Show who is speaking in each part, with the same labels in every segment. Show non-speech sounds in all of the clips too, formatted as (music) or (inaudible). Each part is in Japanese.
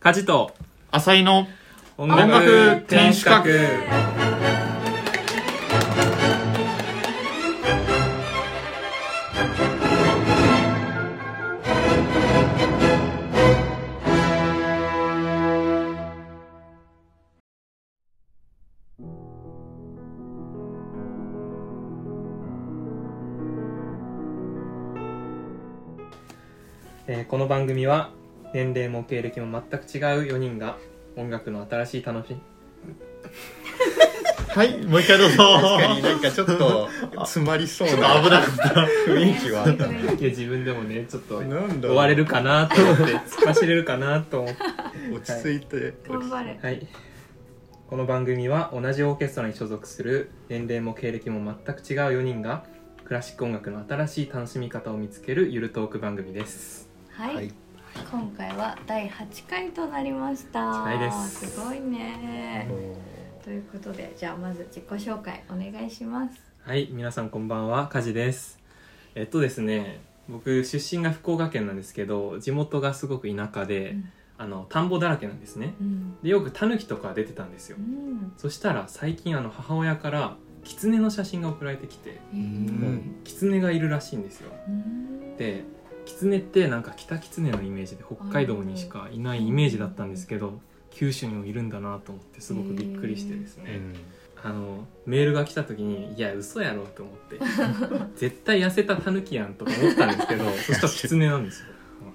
Speaker 1: カジと
Speaker 2: 浅井の
Speaker 1: 音
Speaker 2: 楽天守閣
Speaker 1: えーこの番組は年齢も経歴も全く違う4人が音楽の新しい楽しみ
Speaker 2: はいもう一回どうぞ
Speaker 3: 確かになんかちょっと詰まりそう
Speaker 2: ちょっ
Speaker 3: な
Speaker 2: と危なかった
Speaker 3: 雰囲気はあったね
Speaker 1: いや自分でもねちょっと
Speaker 3: なんだ
Speaker 1: 追
Speaker 3: ろう
Speaker 1: われるかなと思って突っ走れるかなと思って
Speaker 3: 落ち着いて
Speaker 4: 頑張れ
Speaker 1: はいこの番組は同じオーケストラに所属する年齢も経歴も全く違う4人がクラシック音楽の新しい楽しみ方を見つけるゆるトーク番組です
Speaker 4: はい、
Speaker 3: はい
Speaker 4: 今回は第8回となりました
Speaker 1: 八回です
Speaker 4: ごいねということでじゃあまず自己紹介お願いします
Speaker 1: はい皆さんこんばんはカジですえっとですね僕出身が福岡県なんですけど地元がすごく田舎で、
Speaker 4: うん
Speaker 1: あの田んぼだらけなんですね
Speaker 4: うん、
Speaker 1: でよくタヌキとか出てたんですよ
Speaker 4: うん
Speaker 1: そしたら最近あの母親から狐の写真が送られてきて
Speaker 4: えー
Speaker 3: ん
Speaker 1: 狐がいるらしいんですよ
Speaker 4: うん
Speaker 1: で狐ってなんか北狐のイメージで北海道にしかいないイメージだったんですけど九州にもいるんだなと思ってすごくびっくりしてですね、あのメールが来た時にいや嘘やろと思って絶対痩せたタヌキやんとか思ったんですけどそしたら狐なんですよ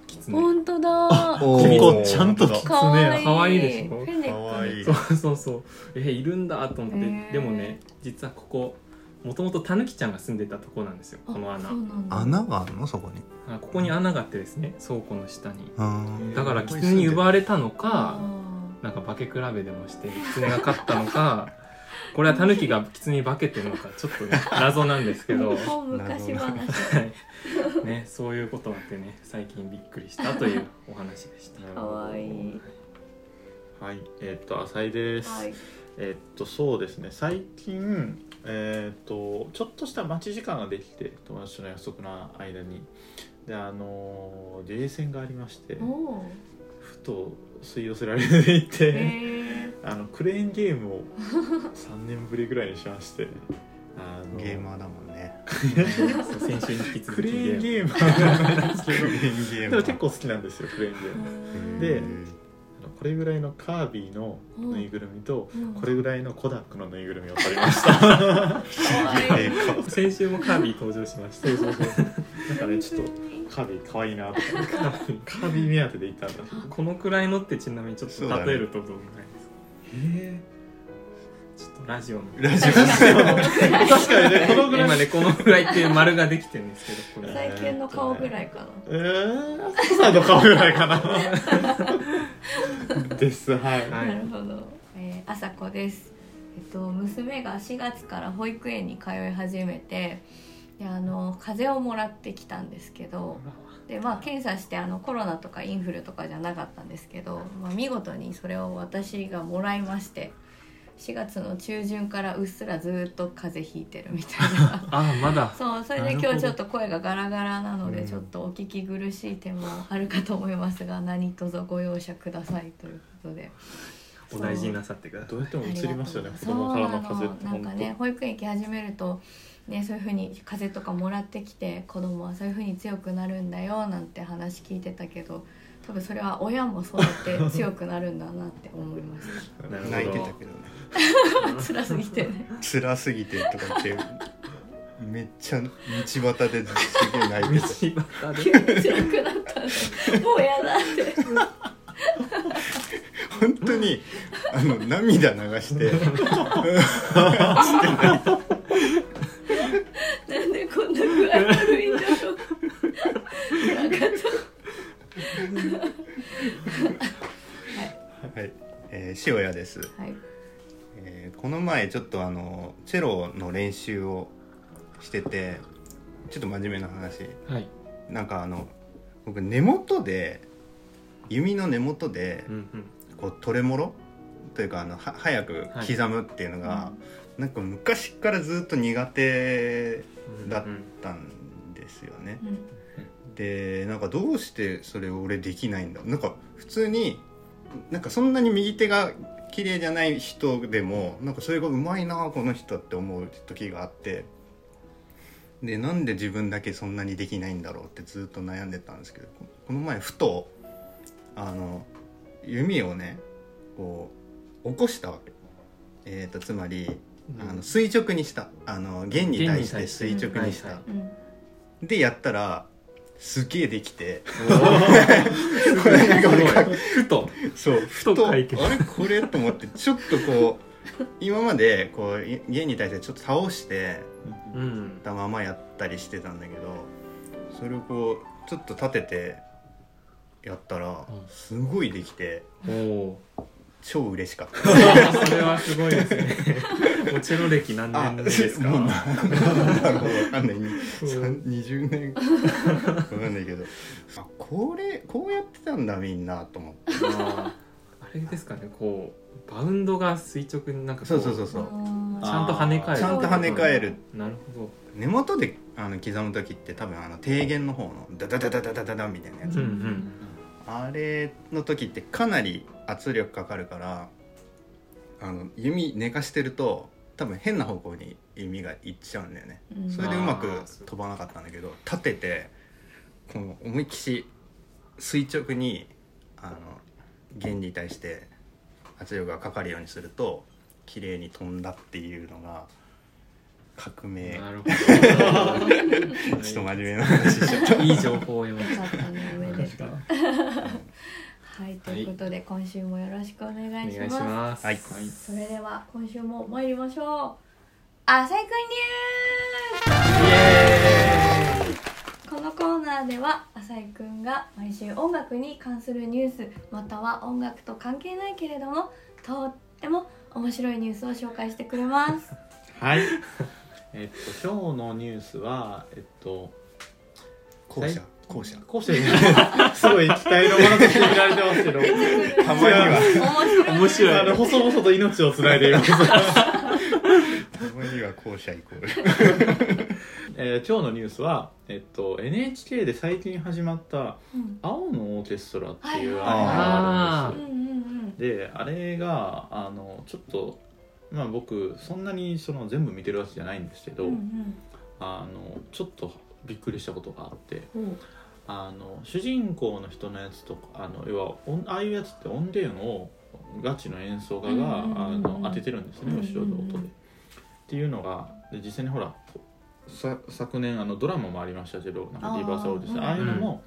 Speaker 1: 狐
Speaker 4: 本当だ
Speaker 3: お
Speaker 2: 君
Speaker 3: ー
Speaker 2: とちゃんと聞く
Speaker 4: かわいい
Speaker 1: 可愛いでしょ
Speaker 4: フェネック
Speaker 3: かわいい
Speaker 1: そうそうそうえいるんだと思って、
Speaker 4: へー
Speaker 1: でもね実はここもともとタヌキちゃんが住んでたとこなんですよ
Speaker 4: あ
Speaker 1: この穴
Speaker 4: そうなんだ
Speaker 3: 穴があるのそこに
Speaker 1: あここに穴があってですね倉庫の下に
Speaker 3: うん
Speaker 1: だから狐に奪わ
Speaker 3: れ
Speaker 1: れたのか
Speaker 4: あ
Speaker 1: なんか化け比べでもして狐が勝ったのか (laughs) これはタヌキが狐に化けてるのかちょっと、ね、謎なんですけ
Speaker 4: ー
Speaker 1: ど、
Speaker 4: 日本昔
Speaker 3: なる
Speaker 4: 話
Speaker 1: はいね、そういうことがあってね最近びっくりしたというお話で
Speaker 4: (laughs)
Speaker 1: した。
Speaker 4: かわいい
Speaker 2: はいえっと浅井です、
Speaker 4: はい
Speaker 2: えっとそうですね最近えっとちょっとした待ち時間ができて友達との約束の間にであのー、リレー戦がありまして
Speaker 4: おおー
Speaker 2: ふと吸い寄せられていて、
Speaker 4: え
Speaker 2: あのクレーンゲームを3年ぶりぐらいにしましてあの
Speaker 3: ゲーマーだもんね
Speaker 1: そう先週に引き続
Speaker 2: ク
Speaker 1: き
Speaker 2: レ
Speaker 1: ゲ
Speaker 2: ー
Speaker 1: ー
Speaker 2: ン
Speaker 1: ム
Speaker 2: ゲームなんですけ
Speaker 3: ゲ
Speaker 2: ど
Speaker 3: ー
Speaker 2: で
Speaker 3: ム
Speaker 2: も結構好きなんですよクレーンゲーム
Speaker 4: ー
Speaker 2: であのこれぐらいのカービィのぬいぐるみと
Speaker 4: うん
Speaker 2: これぐらいのコダックのぬいぐるみを買いましたなんか
Speaker 4: かわいい
Speaker 1: 先週もカービィ登場しました。
Speaker 2: ねちょっとカービィ可愛いなとかカービィ目当てで行ったんだけど
Speaker 1: このくらいのってちなみにちょっ
Speaker 3: そ
Speaker 1: と
Speaker 3: うだね
Speaker 1: 例えるとどうぐらいですか、ちょっとラジオの
Speaker 3: ラジオで
Speaker 2: 確かにねこのぐらい
Speaker 1: 今ねこのくらいっていう丸ができてるんですけどこれ
Speaker 4: 最近の顔ぐらいかな
Speaker 2: えー、アスさんの顔ぐらいかなですはい、
Speaker 1: はい
Speaker 4: なるほど。えー、あさこです。えっと娘が4月から保育園に通い始めて、であの風邪をもらってきたんですけど、でまあ検査してあのコロナとかインフルとかじゃなかったんですけど、まあ見事にそれを私がもらいまして。4月の中旬からうっすらずーっと風邪ひいてるみたい
Speaker 1: (laughs)
Speaker 4: な
Speaker 1: ああまだ
Speaker 4: そうそれで
Speaker 1: なるほど
Speaker 4: 今日ちょっと声がガラガラなの
Speaker 1: う
Speaker 4: で
Speaker 1: ん
Speaker 4: ちょっとお聞き苦しい点もあるかと思いますが何卒ご容赦くださいということで
Speaker 1: お大事になさってくださ
Speaker 2: どうやっても
Speaker 4: あ
Speaker 2: 移
Speaker 4: がと
Speaker 2: り
Speaker 4: う
Speaker 2: ますよね子
Speaker 4: そう
Speaker 2: 供からの
Speaker 4: な
Speaker 2: 風邪って
Speaker 4: なん
Speaker 2: 本
Speaker 4: か
Speaker 2: 当
Speaker 4: ね保育園行き始めるとねそういう風に風邪とかもらってきて子供はそういう風に強くなるんだよなんて話聞いてたけど多分それは親もそう
Speaker 2: (laughs)
Speaker 4: やって強くなるんだなって思いまし
Speaker 1: なるほど
Speaker 3: 泣いてたけどね
Speaker 4: た辛すぎてね
Speaker 3: 辛すぎてとか言ってめっちゃ道端ですげえ泣いて
Speaker 1: (laughs)
Speaker 3: た
Speaker 1: い道端
Speaker 4: 急
Speaker 1: で
Speaker 4: に辛くなったねもうやだって
Speaker 3: 本当にあの涙流して
Speaker 2: (laughs)
Speaker 4: なんでこんな具合悪いんだろう辛かった
Speaker 3: はい、えー、塩屋です、
Speaker 4: はい
Speaker 3: えーこの前ちょっとあのチェロの練習をしててちょっと真面目な話
Speaker 1: はい、
Speaker 3: なんかあの僕根元で弓の根元で
Speaker 1: うんうん、
Speaker 3: こうトレモロというかあのは早く刻むっていうのが、
Speaker 4: は
Speaker 3: なんか昔からずっと苦手だっ
Speaker 1: うん
Speaker 3: たんですよね、
Speaker 4: うん
Speaker 3: でなんかどうしてそれを俺できないんだなんか普通になんかそんなに右手が綺麗じゃない人でもなんかそれがうまいなこの人って思う時があってでなんで自分だけそんなにできないんだろうってずっと悩んでたんですけどここの前ふとあの弓をねこう起こしたわけ、えー、とつまりあの垂直にしたあの弦に対して垂直にし
Speaker 1: うん
Speaker 3: た
Speaker 4: うん
Speaker 3: でやったらすげえで
Speaker 1: (laughs)
Speaker 3: きて
Speaker 1: すごい
Speaker 3: なんか俺か
Speaker 1: ふと
Speaker 3: そうふとあ
Speaker 1: 書
Speaker 3: れ
Speaker 1: いてる
Speaker 3: これと思ってちょっとこう今までこうい弦に対してちょっと倒して
Speaker 1: うん
Speaker 3: たままやったりしてたんだけどそれをこうちょっと立ててやったら
Speaker 1: うん
Speaker 3: すごいできて
Speaker 1: おお
Speaker 3: 超嬉しかっ
Speaker 1: それはすごいですねおチェロ歴何
Speaker 3: た
Speaker 1: 年目ですか
Speaker 3: もうななんだろうわかんない
Speaker 1: うん
Speaker 3: 20年わかんないけどあこれこうやってたんだみんなと思って
Speaker 1: あれですかねこうバウンドが垂直になんかこ
Speaker 3: そうそうそうそう
Speaker 4: あー
Speaker 1: ちゃんと跳ね返る
Speaker 3: ちゃんと跳ね返る
Speaker 1: なるほ
Speaker 3: 根元であの刻む時って多分あの低弦の方のダダダダダダダダみたいなやつ、
Speaker 1: どうんうん
Speaker 3: あれの時ってかなり圧力かかるからあの弓寝かしてると多分変な方向に弓がいっちゃうんだよね
Speaker 4: うん
Speaker 3: それでうまく飛ばなかったんだけど立ててこの思いっきし垂直にあの弦に対して圧力がかかるようにすると綺麗に飛んだっていうのが革命
Speaker 1: なるほど
Speaker 3: ちょっと真面目な話しちゃった
Speaker 1: いい情報を読
Speaker 4: よ
Speaker 1: ま
Speaker 4: かったねおめでとうはいということで今週もよろしくお願い
Speaker 1: お
Speaker 4: し
Speaker 1: 願いし
Speaker 4: ます
Speaker 1: ます
Speaker 3: はい
Speaker 4: それでは今週も参りましょう浅井くんニュースこのコーナーでは浅井くんが毎週音楽に関するニュースまたは音楽と関係ないけれどもとっても面白いニュースを紹介してくれます
Speaker 2: はい。えっと今日のニュースはえっと
Speaker 3: 後者後者
Speaker 2: 後者にすごい期待のものとして見られてますけど。
Speaker 3: たまには
Speaker 4: 面白い
Speaker 1: 面白い
Speaker 2: あの細々と命をつないでいます、 (laughs)
Speaker 3: たまには後者イコール (laughs)
Speaker 2: えー今日のニュースは、えっと、NHK で最近始まった
Speaker 4: うん
Speaker 2: 「青のオーケストラ」っていう
Speaker 4: はい
Speaker 3: はい
Speaker 2: があるん
Speaker 4: う
Speaker 2: で
Speaker 4: んうん
Speaker 2: すよであれがあのちょっとまあ僕そんなにその全部見てるわけじゃないんですけ
Speaker 4: う
Speaker 2: ど、
Speaker 4: んうん
Speaker 2: あのちょっとびっくりしたことがあって
Speaker 4: うん
Speaker 2: あの主人公の人のやつとかあの要は音ああいうやつって音源をガチの演奏家が、
Speaker 4: うんうんうんうん
Speaker 2: あの当ててるんですね
Speaker 4: うんうんうん
Speaker 2: 後ろで音で。っていうのがで実際にほらさ昨年あのドラマもありましたけどなん
Speaker 4: あ
Speaker 2: か
Speaker 4: ー
Speaker 2: リバーサウルです
Speaker 4: うん
Speaker 2: ああいうのも、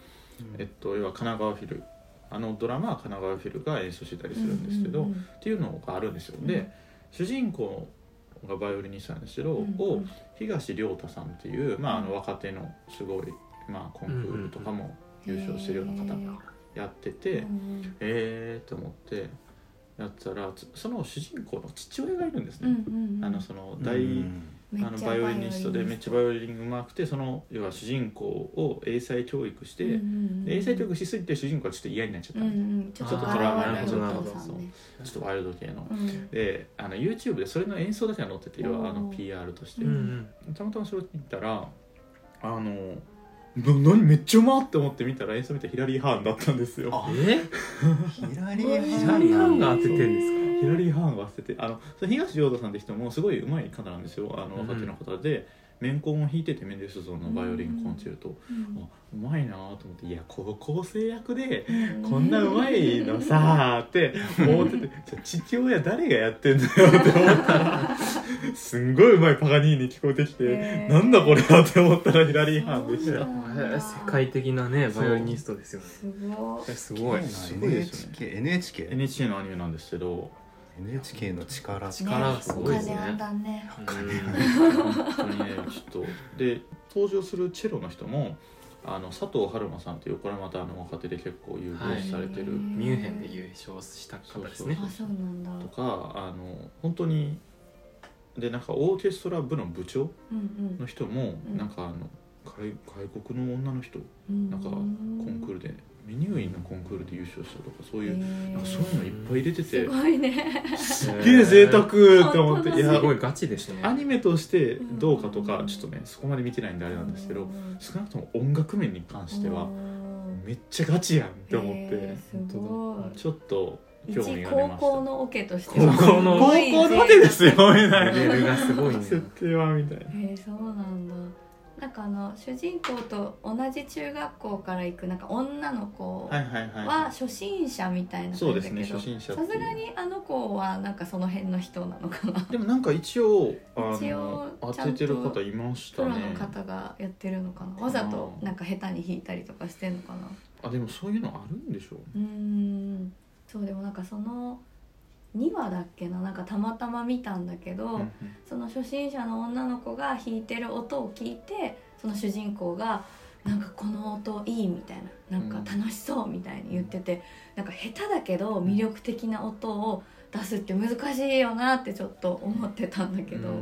Speaker 2: えっと、要は神奈川フィルあのドラマは神奈川フィルが演奏してたりするんですけど、
Speaker 4: うんうん
Speaker 2: っていうのがあるんですよ。で主人公がバイオリニストなんですけど、
Speaker 4: うん
Speaker 2: を東亮太さんっていう、まあ、あの若手のすごい、まあ、コンクールとかも優勝してるような方がやってて、
Speaker 4: うんうん
Speaker 2: えーと思ってやったらつその主人公の父親がいるんです
Speaker 4: うん
Speaker 2: ね、
Speaker 4: うんうん
Speaker 2: あのその大、
Speaker 3: うん
Speaker 4: め
Speaker 2: あ
Speaker 4: っ
Speaker 2: の
Speaker 4: ちゃ
Speaker 2: バイオリニストでめっちゃバ
Speaker 4: イ
Speaker 2: イオリンが上手くてその要は主人公を英才教育して、
Speaker 4: オリニスト
Speaker 2: 英才教育しすぎて主人公はちょっと嫌になっちゃっ
Speaker 4: う
Speaker 2: た
Speaker 4: ん
Speaker 2: ん
Speaker 4: う
Speaker 2: で
Speaker 4: ん
Speaker 2: す、
Speaker 4: うんちょっと
Speaker 1: あ
Speaker 4: と
Speaker 1: ー
Speaker 4: らわれないお
Speaker 1: なるほ
Speaker 4: 父
Speaker 1: ど
Speaker 4: さんね
Speaker 2: ちょっとワイルド系の。
Speaker 4: うん
Speaker 2: であの YouTube でそれの演奏だけが載ってて要はあの
Speaker 4: おー
Speaker 2: PR として
Speaker 1: うんうん
Speaker 2: たまたまそれを見たらあのな何めっちゃうまっって思って見たら演奏見たらヒラリー・ハーンだったんですよ
Speaker 3: あ
Speaker 1: え
Speaker 3: ヒラリ
Speaker 4: うん
Speaker 1: ヒ
Speaker 3: ー
Speaker 1: ラ
Speaker 3: ハ
Speaker 1: リーハ
Speaker 3: ー
Speaker 1: ン
Speaker 3: ン
Speaker 1: が当ててるんですか
Speaker 2: ヒラリー・ハーンが忘れてあのその東亮太さんって人もすごいうまい方なんですよあの
Speaker 1: うん
Speaker 2: 若手の方で、面コンを弾いててメンデルスゾーンのバイオリンコンチェルト、あうまいなと思っていや高校生役でこんなうまいのさーって思っててじゃあ父親誰がやってんだよって思ったらすんごいうまいパガニーニ聞こえてき
Speaker 4: へ
Speaker 2: て
Speaker 4: ー
Speaker 2: なんだこれはって思ったらヒラリー・ハーンでし
Speaker 4: そう
Speaker 2: た
Speaker 4: なんだ
Speaker 1: え世界的なねバイオリニストですよね
Speaker 4: すごい
Speaker 1: えすごい
Speaker 2: すごいですよ
Speaker 3: NHK NHK
Speaker 2: NHK のアニメなんですけど
Speaker 4: (laughs)
Speaker 3: NHK の力
Speaker 1: 力がすごいですね
Speaker 4: お金あんだね
Speaker 1: うん
Speaker 2: 本当にねちょっとで登場するチェロの人もあの佐藤春馬さんっていうこれまたあの若手で結構有名視されてる、
Speaker 4: はい
Speaker 1: ミュンヘンで優勝した方ですね
Speaker 4: あそうなんだ
Speaker 2: とかあの本当にでなんかオーケストラ部の部長
Speaker 4: うん
Speaker 2: の人も、
Speaker 4: うん
Speaker 2: なんかあの外外国の女の人
Speaker 4: うん
Speaker 2: なんかコンクールでメニューインのコンクールで優勝したとかそういう、
Speaker 4: へー
Speaker 2: なんかそういうのいっぱい出て
Speaker 4: す
Speaker 2: て
Speaker 4: ごいね
Speaker 2: すっげえ贅沢って思って
Speaker 4: 本
Speaker 2: い
Speaker 4: 当
Speaker 2: や
Speaker 4: だ
Speaker 1: すごいガチでした
Speaker 2: ア
Speaker 1: ね
Speaker 2: ニメとしてどうかとかちょっとねそこまで見てないんであれなんですけど少なくとも音楽面に関しては
Speaker 4: うん
Speaker 2: めっちゃガチやんって思っ
Speaker 4: へー
Speaker 2: て
Speaker 4: すごい
Speaker 2: ちょっと興味
Speaker 4: 一
Speaker 2: が出ま
Speaker 4: 高
Speaker 2: した
Speaker 4: 校のオケとして
Speaker 1: 高校の
Speaker 2: 高校の手ですよみた
Speaker 1: レベ
Speaker 2: いな
Speaker 1: ルがすごいね
Speaker 2: 設定はみたいな
Speaker 4: へえそうなんだなんかあの主人公と同じ中学校から行くなんか女の子
Speaker 2: はいはいはい
Speaker 4: は初心者みたいな
Speaker 2: そう
Speaker 4: 感
Speaker 2: で
Speaker 4: じだ
Speaker 2: す
Speaker 4: け
Speaker 2: ね
Speaker 4: ど
Speaker 2: 初心者
Speaker 4: さ
Speaker 2: っていう
Speaker 4: すがにあの子はなんかその辺の人なのかな
Speaker 2: でもなんか一応あ
Speaker 4: 一
Speaker 2: の
Speaker 4: 応
Speaker 2: 当
Speaker 4: ちゃんと
Speaker 2: ててる方いまし
Speaker 4: プ
Speaker 2: た
Speaker 4: ロ
Speaker 2: ね
Speaker 4: の方がやってるのかなわざとなんか下手に弾いたりとかしてんのかな
Speaker 2: あでもそういうのあるんでしょうね
Speaker 4: うーんそうでもなんかその2話だっけななんかたまたま見たんだけど、
Speaker 2: うん
Speaker 4: その初心者の女の子が弾いてる音を聞いてその主人公が「なんかこの音いい」みたいな「なんか楽しそう」みたいに言ってて、なんか下手だけど魅力的な音を出すって難しいよなってちょっと思ってたんだけど、
Speaker 2: うん
Speaker 1: う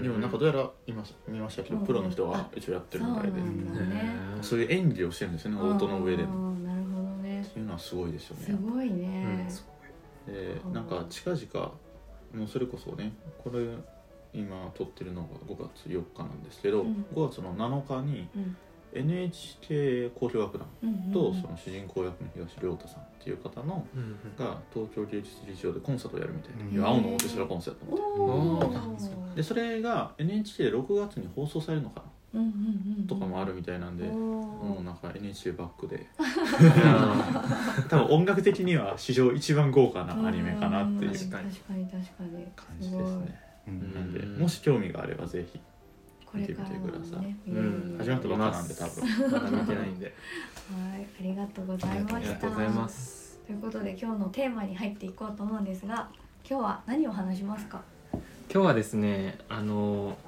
Speaker 1: ん
Speaker 2: でもなんかどうやら今見ましたけど、
Speaker 4: うん
Speaker 2: プロの人は一応やってるみたいで
Speaker 4: そうなんだね
Speaker 2: そういう演技をしてるんですよねオートの上で
Speaker 4: あ
Speaker 2: っ
Speaker 4: ーなるほどね
Speaker 2: ていうのはすごいですよ
Speaker 4: す
Speaker 2: ね
Speaker 4: ご
Speaker 1: え
Speaker 4: いね、
Speaker 2: でなんか近々もうそれこそねこれ今撮ってるのが5月4日なんですけど、
Speaker 4: うん
Speaker 2: 5月の7日に
Speaker 4: うん
Speaker 2: NHK 交響楽団
Speaker 4: うんうんうん
Speaker 2: とその主人公役の東亮太さんっていう方の
Speaker 1: うんうん
Speaker 2: が東京芸術劇場でコンサートをやるみたいな、
Speaker 3: うん
Speaker 2: いや青のオーケストラコンサートみたいな
Speaker 4: お
Speaker 1: あ
Speaker 4: ー
Speaker 1: ー
Speaker 2: でそれが NHK で6月に放送されるのかな
Speaker 4: うんうんうん
Speaker 2: とかもあるみたいなんで、
Speaker 4: おー
Speaker 2: もうなんか NHK バックで多分音楽的には史上一番豪華なアニメかなっていう
Speaker 4: 確
Speaker 1: 確
Speaker 4: か
Speaker 1: か
Speaker 4: に
Speaker 1: に
Speaker 4: 確かに確かに
Speaker 2: 感じですね
Speaker 3: うん
Speaker 2: なんで
Speaker 1: うん
Speaker 2: もし興味があればぜひ
Speaker 4: これから
Speaker 2: 見
Speaker 4: も
Speaker 2: てみてください
Speaker 4: ね
Speaker 1: うん
Speaker 4: いろいろ
Speaker 1: うん
Speaker 2: 始まったばっかなんで多分
Speaker 1: まだ見てないんで
Speaker 4: はいありがとうございま
Speaker 1: あり
Speaker 4: し
Speaker 1: が
Speaker 4: た
Speaker 1: とうございます
Speaker 4: ということで今日のテーマに入っていこうと思うんですが今日は何を話しますか
Speaker 1: (laughs) 今日はですねあの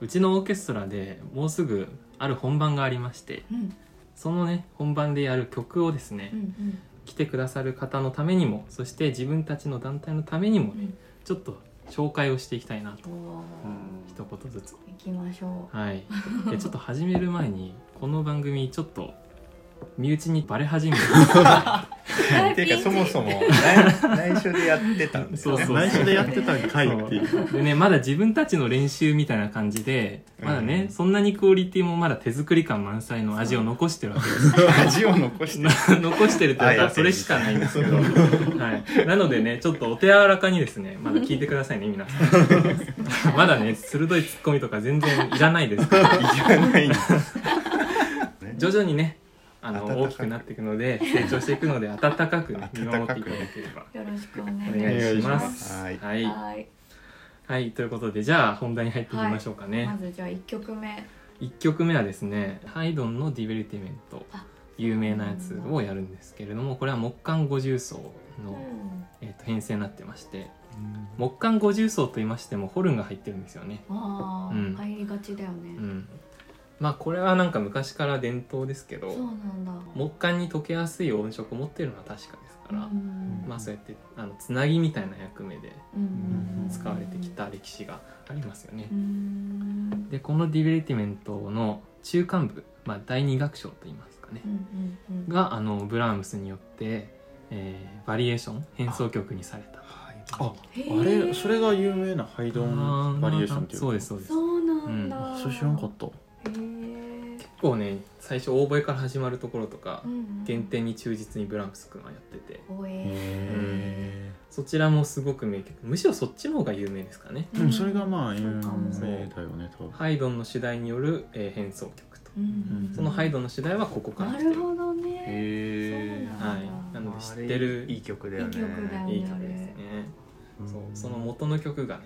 Speaker 1: うちのオーケストラでもうすぐある本番がありまして
Speaker 4: うん
Speaker 1: そのね本番でやる曲をですね、
Speaker 4: うん
Speaker 1: 来てくださる方のためにもそして自分たちの団体のためにも
Speaker 4: う
Speaker 1: ね、
Speaker 4: ん
Speaker 1: ちょっと紹介をしていきたいなと
Speaker 4: うんおー
Speaker 1: 一言ずつ
Speaker 4: 行きまし
Speaker 1: (laughs)
Speaker 4: ょう
Speaker 1: はいでちょっと始める前にこの番組ちょっと身内にバレ始 (laughs) めた
Speaker 3: っていうかそもそも内内緒でやってたんですよ
Speaker 1: そ
Speaker 3: ね
Speaker 1: うそう
Speaker 2: 内緒でやってたんかい
Speaker 1: そう
Speaker 2: っていう
Speaker 1: でねまだ自分たちの練習みたいな感じでまだね、
Speaker 3: うん
Speaker 1: そんなにクオリティもまだ手作り感満載の味を残してるわけです
Speaker 3: 味を残して
Speaker 1: (laughs) 残してるってことはそれしかないんですけど、はい、なのでねちょっとお手柔らかにですねまだ聞いてくださいね皆さん (laughs) まだね鋭いツッコミとか全然いらないですから (laughs)
Speaker 3: いらないんですね
Speaker 1: 徐々にねあ
Speaker 3: 温
Speaker 1: の
Speaker 3: かく
Speaker 1: 大きくなっていくので成長していくので温かくね見
Speaker 3: 温
Speaker 1: 守っ
Speaker 3: か
Speaker 1: て
Speaker 3: く
Speaker 1: いただければ
Speaker 4: よろしくお
Speaker 1: お
Speaker 4: 願い
Speaker 1: 願いしま
Speaker 3: お願いしますすはい
Speaker 1: はい、は
Speaker 4: はい
Speaker 1: い、ということでじゃあ本題に入っていきましょうかね、
Speaker 4: まずじゃあ一曲目
Speaker 1: 1曲目はですねハイドンの「ディベルティメント
Speaker 4: あ」
Speaker 1: 有名なやつをやるんですけれどもこれは木管五重奏
Speaker 4: う
Speaker 1: の、
Speaker 4: ん
Speaker 1: えーと編成になってまして
Speaker 3: うん
Speaker 1: 木管五重奏と言いましてもホルンが入ってるんですよね、
Speaker 4: ああ
Speaker 1: うん
Speaker 4: 入りがちだよね
Speaker 1: うん、まあこれはなんか昔から伝統ですけ
Speaker 4: そう
Speaker 1: ど
Speaker 4: なんだ
Speaker 1: 木管に溶けやすい音色を持ってるのは確かですから、
Speaker 4: うん
Speaker 1: まあそうやってあのつなぎみたいな役目で
Speaker 4: うん
Speaker 1: 使われてきた歴史がありますよね
Speaker 4: う。ん
Speaker 1: でこのディベリティメントの中間部、まあ、第二楽章といいますかね
Speaker 4: う、んうんうん
Speaker 1: があのブラームスによって、えーバリエーション変奏曲にされた。
Speaker 2: あ
Speaker 4: へー
Speaker 2: あれそれが有名なハイドンバリエーションっていう
Speaker 1: そうですそうです。
Speaker 4: そうなんだ、
Speaker 2: あそれ知らんかった
Speaker 4: へー
Speaker 1: 結構ね最初オーボエから始まるところとか
Speaker 4: うんうん
Speaker 1: 原点に忠実にブラームス君はやってて
Speaker 4: ほえ
Speaker 2: へ
Speaker 1: そちらもすごく名曲むしろそっちの方が有名ですかね
Speaker 2: ーでもそれがまあ有
Speaker 4: そうかも
Speaker 2: 名だよね多分
Speaker 1: ハイドンの主題による、えー変奏曲と、
Speaker 4: うん
Speaker 1: そのハイドンの主題はここから
Speaker 4: な
Speaker 1: 来て
Speaker 4: る
Speaker 1: る
Speaker 4: ほどね
Speaker 2: へ
Speaker 4: そ
Speaker 2: ー
Speaker 4: うな
Speaker 1: は
Speaker 4: んだ
Speaker 1: いなので知ってる
Speaker 3: いい曲だよね
Speaker 4: いい曲だよ
Speaker 1: いい曲ですね
Speaker 3: うん
Speaker 1: そうその元の曲がね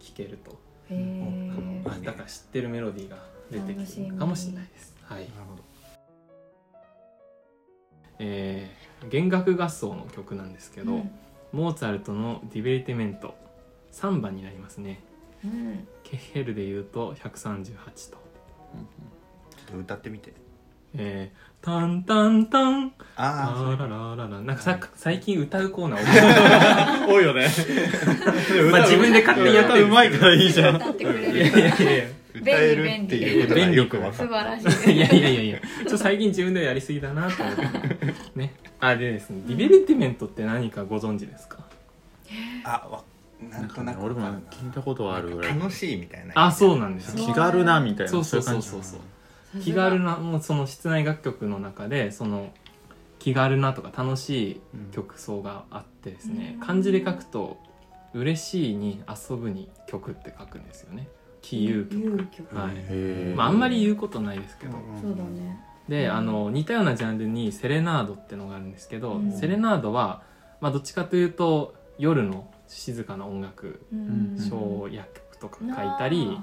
Speaker 1: 聴けると
Speaker 4: へえ
Speaker 3: うん
Speaker 1: あだから知ってるメロディーが出て
Speaker 4: 楽し
Speaker 1: き
Speaker 4: み
Speaker 1: るかもしれないですはい
Speaker 3: なるほど
Speaker 1: えー弦楽合奏の曲なんですけど、モーツァルトの「ディベリティメント」3番になりますね
Speaker 4: うん
Speaker 1: ケヘルで言うと138と。
Speaker 3: ちょっと歌ってみて
Speaker 1: えー、タンタンタンタ
Speaker 3: ああそういう
Speaker 1: ララララなんかさ、最近歌うコーナー
Speaker 2: 多いよね
Speaker 1: まあ自分で勝手にやってる
Speaker 2: うまいからいいじゃん
Speaker 4: 歌ってく
Speaker 1: 多い
Speaker 4: れ
Speaker 1: (laughs) いやい
Speaker 4: る
Speaker 1: やいや
Speaker 3: 歌えるっていうことがよくわか
Speaker 4: 素
Speaker 3: っ
Speaker 4: 晴
Speaker 1: (laughs)
Speaker 4: らし
Speaker 1: い
Speaker 4: い
Speaker 1: やいやいやいやちょっと最近自分ではやりすぎだなと思ってねあでですねディベリティメントって何かご存知ですか
Speaker 3: たあわなんとなく
Speaker 2: 俺
Speaker 3: わ
Speaker 2: も
Speaker 3: かる
Speaker 2: 聞いたことはあるぐ
Speaker 3: な
Speaker 2: らい
Speaker 3: 楽しいみたいな
Speaker 1: あそうなんです
Speaker 4: そう
Speaker 1: よ
Speaker 2: 気軽なみたいな
Speaker 1: そうそうそうそうそう気軽なもうその室内楽曲の中でその気軽なとか楽しい曲奏があってですね、
Speaker 4: うん
Speaker 1: 漢字で書くと「嬉しい」に「遊ぶ」に「曲」って書くんですよね。喜遊曲、
Speaker 4: 遊曲
Speaker 1: はい
Speaker 2: へー
Speaker 1: まあ、あんまり言うことないですけど、
Speaker 4: そうだね
Speaker 1: で
Speaker 4: うん
Speaker 1: あの似たようなジャンルに「セレナード」ってのがあるんですけど、
Speaker 4: うん
Speaker 1: セレナードは、まあ、どっちかというと夜の静かな音楽
Speaker 4: うん
Speaker 1: 小薬曲とか書いたり、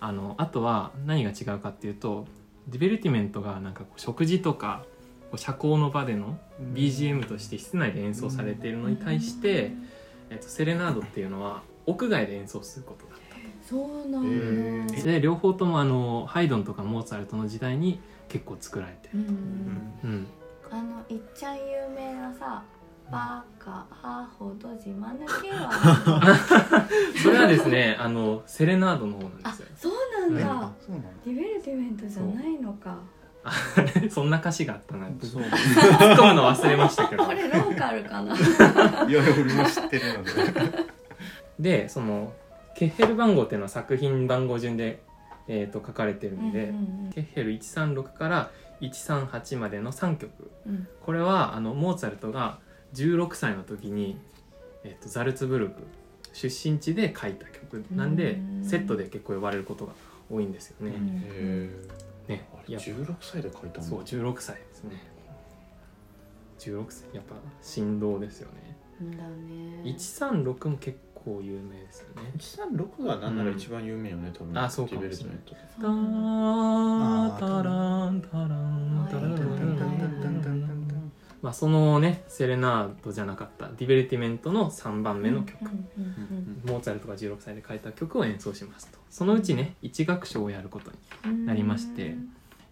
Speaker 1: あのあとは何が違うかっていうとディベルティメントがなんかこう食事とかこう社交の場での BGM として室内で演奏されているのに対して、えっと、セレナードっていうのは屋外で演奏することだった
Speaker 4: そうなんだ、
Speaker 3: え
Speaker 1: で両方ともあのハイドンとかモーツァルトの時代に結構作られて
Speaker 4: う
Speaker 1: る、
Speaker 4: ん、
Speaker 1: うん、
Speaker 4: あのいっちゃん有名なさ「バカアホど自慢抜
Speaker 1: (laughs)
Speaker 4: けは
Speaker 1: それはですね (laughs) あのセレナードの方なんで
Speaker 4: あ
Speaker 1: すよ
Speaker 4: そうなんだ、
Speaker 1: は
Speaker 3: そうなの
Speaker 4: ディベルティメントじゃないのか
Speaker 1: (laughs) そんな歌詞があったなって
Speaker 2: そう
Speaker 1: 突っ込むの忘れましたけど
Speaker 4: これローカルかな
Speaker 3: いや俺も知ってるので
Speaker 1: でそのケッヘル番号っていうのは作品番号順で、えー、と書かれてるんで、
Speaker 4: うんうん
Speaker 1: ケッヘル136から138までの3曲
Speaker 4: うんうん
Speaker 1: これはあのモーツァルトが16歳の時に、えー、とザルツブルク出身地で書いた曲なんで
Speaker 4: うん
Speaker 1: セットで結構呼ばれることが多いんですよね。
Speaker 4: うん
Speaker 2: へ
Speaker 1: ね
Speaker 2: ーあ
Speaker 1: い
Speaker 2: れ
Speaker 1: や
Speaker 2: 16歳で書いたんだ
Speaker 1: そう16歳ですね16歳やっぱ振動ですよね
Speaker 4: うんだね
Speaker 1: 136も結構有名ですよね
Speaker 2: 136がなんなら一番有名よね、多分
Speaker 1: あそうか
Speaker 2: ディ
Speaker 1: も
Speaker 2: ベル
Speaker 1: しれ
Speaker 2: ト
Speaker 1: ない
Speaker 2: メント
Speaker 1: タータランタランタランタランタランまあそのねセレナードじゃなかったディベルティメントの3番目の曲、
Speaker 4: うんうんうん
Speaker 1: モーツァルトが16歳で書いた曲を演奏しますとそのうちね一楽章をやることに
Speaker 4: うん
Speaker 1: なりまして